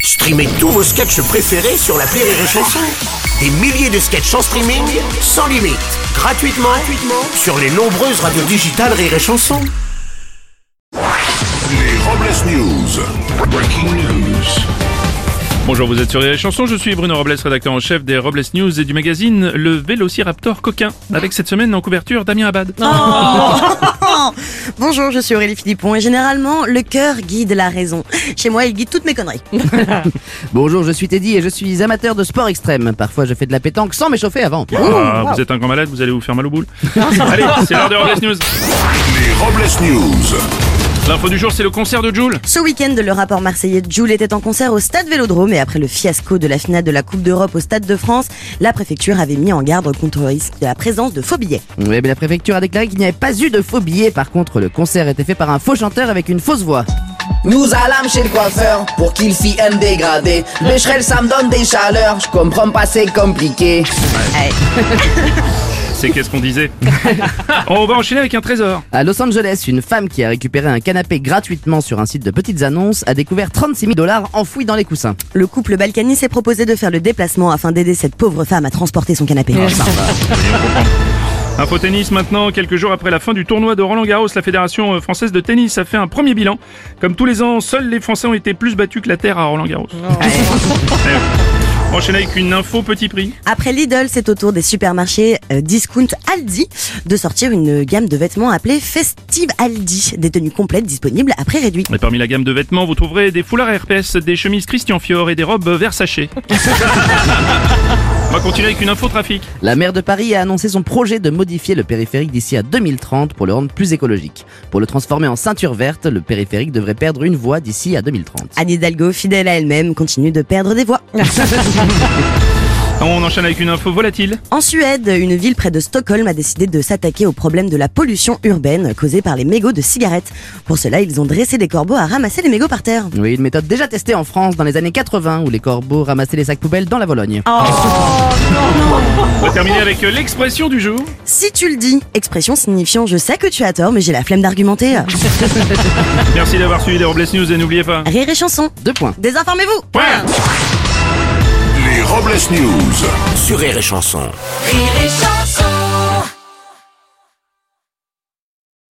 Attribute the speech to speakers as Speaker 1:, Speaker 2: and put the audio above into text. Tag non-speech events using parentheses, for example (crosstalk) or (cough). Speaker 1: Streamez tous vos sketchs préférés sur la Rire et Chanson. Des milliers de sketchs en streaming, sans limite, gratuitement, gratuitement sur les nombreuses radios digitales Rire et Chanson.
Speaker 2: Les Robles News. Breaking news.
Speaker 3: Bonjour, vous êtes sur les chansons, je suis Bruno Robles, rédacteur en chef des Robles News et du magazine Le Vélociraptor Coquin, avec cette semaine en couverture Damien Abad.
Speaker 4: (laughs) Bonjour, je suis Aurélie Philippon et généralement, le cœur guide la raison. Chez moi, il guide toutes mes conneries.
Speaker 5: Bonjour, je suis Teddy et je suis amateur de sport extrême. Parfois, je fais de la pétanque sans m'échauffer avant.
Speaker 3: Ah, Vous êtes un grand malade, vous allez vous faire mal aux boules. allez, c'est l'heure des Robles News.
Speaker 2: Les Robles News.
Speaker 3: L'info du jour, c'est le concert de Jules.
Speaker 4: Ce week-end, le rapport marseillais Jules était en concert au stade Vélodrome et après le fiasco de la finale de la Coupe d'Europe au stade de France, la préfecture avait mis en garde contre le risque de la présence de faux billets.
Speaker 5: Oui, mais Eh la préfecture a déclaré qu'il n'y avait pas eu de faux billets. Par contre, le concert était fait par un faux chanteur avec une fausse voix.
Speaker 6: Nous allâmes chez le coiffeur pour qu'il fît un dégradé. Bécherel, ça me donne des chaleurs, je comprends pas, c'est compliqué.
Speaker 3: C'est qu'est-ce qu'on disait On va enchaîner avec un trésor.
Speaker 5: À Los Angeles, une femme qui a récupéré un canapé gratuitement sur un site de petites annonces a découvert 36 000 dollars enfouis dans les coussins.
Speaker 4: Le couple Balkany s'est proposé de faire le déplacement afin d'aider cette pauvre femme à transporter son canapé.
Speaker 3: Info tennis maintenant, quelques jours après la fin du tournoi de Roland Garros, la Fédération française de tennis a fait un premier bilan. Comme tous les ans, seuls les Français ont été plus battus que la Terre à Roland Garros. Eh Enchaîner avec une info petit prix.
Speaker 4: Après Lidl, c'est au tour des supermarchés euh, discount Aldi de sortir une gamme de vêtements appelée Festive Aldi, des tenues complètes disponibles à prix réduit.
Speaker 3: Et parmi la gamme de vêtements, vous trouverez des foulards RPS, des chemises Christian Fior et des robes Versace. On va continuer avec une info trafic.
Speaker 5: La maire de Paris a annoncé son projet de modifier le périphérique d'ici à 2030 pour le rendre plus écologique. Pour le transformer en ceinture verte, le périphérique devrait perdre une voie d'ici à 2030.
Speaker 4: Anne Hidalgo, fidèle à elle-même, continue de perdre des voix.
Speaker 3: On enchaîne avec une info volatile.
Speaker 4: En Suède, une ville près de Stockholm a décidé de s'attaquer au problème de la pollution urbaine causée par les mégots de cigarettes. Pour cela, ils ont dressé des corbeaux à ramasser les mégots par terre.
Speaker 5: Oui, une méthode déjà testée en France dans les années 80 où les corbeaux ramassaient les sacs poubelles dans la Vologne.
Speaker 3: On va terminer avec l'expression du jour.
Speaker 4: Si tu le dis, expression signifiant je sais que tu as tort, mais j'ai la flemme d'argumenter.
Speaker 3: Merci d'avoir suivi les Robles News et n'oubliez pas.
Speaker 4: Rire et chanson.
Speaker 5: Deux points.
Speaker 4: Désinformez-vous.
Speaker 3: Ouais.
Speaker 2: Les Robles News.
Speaker 1: Sur Rire et Chanson.
Speaker 7: Rire et chanson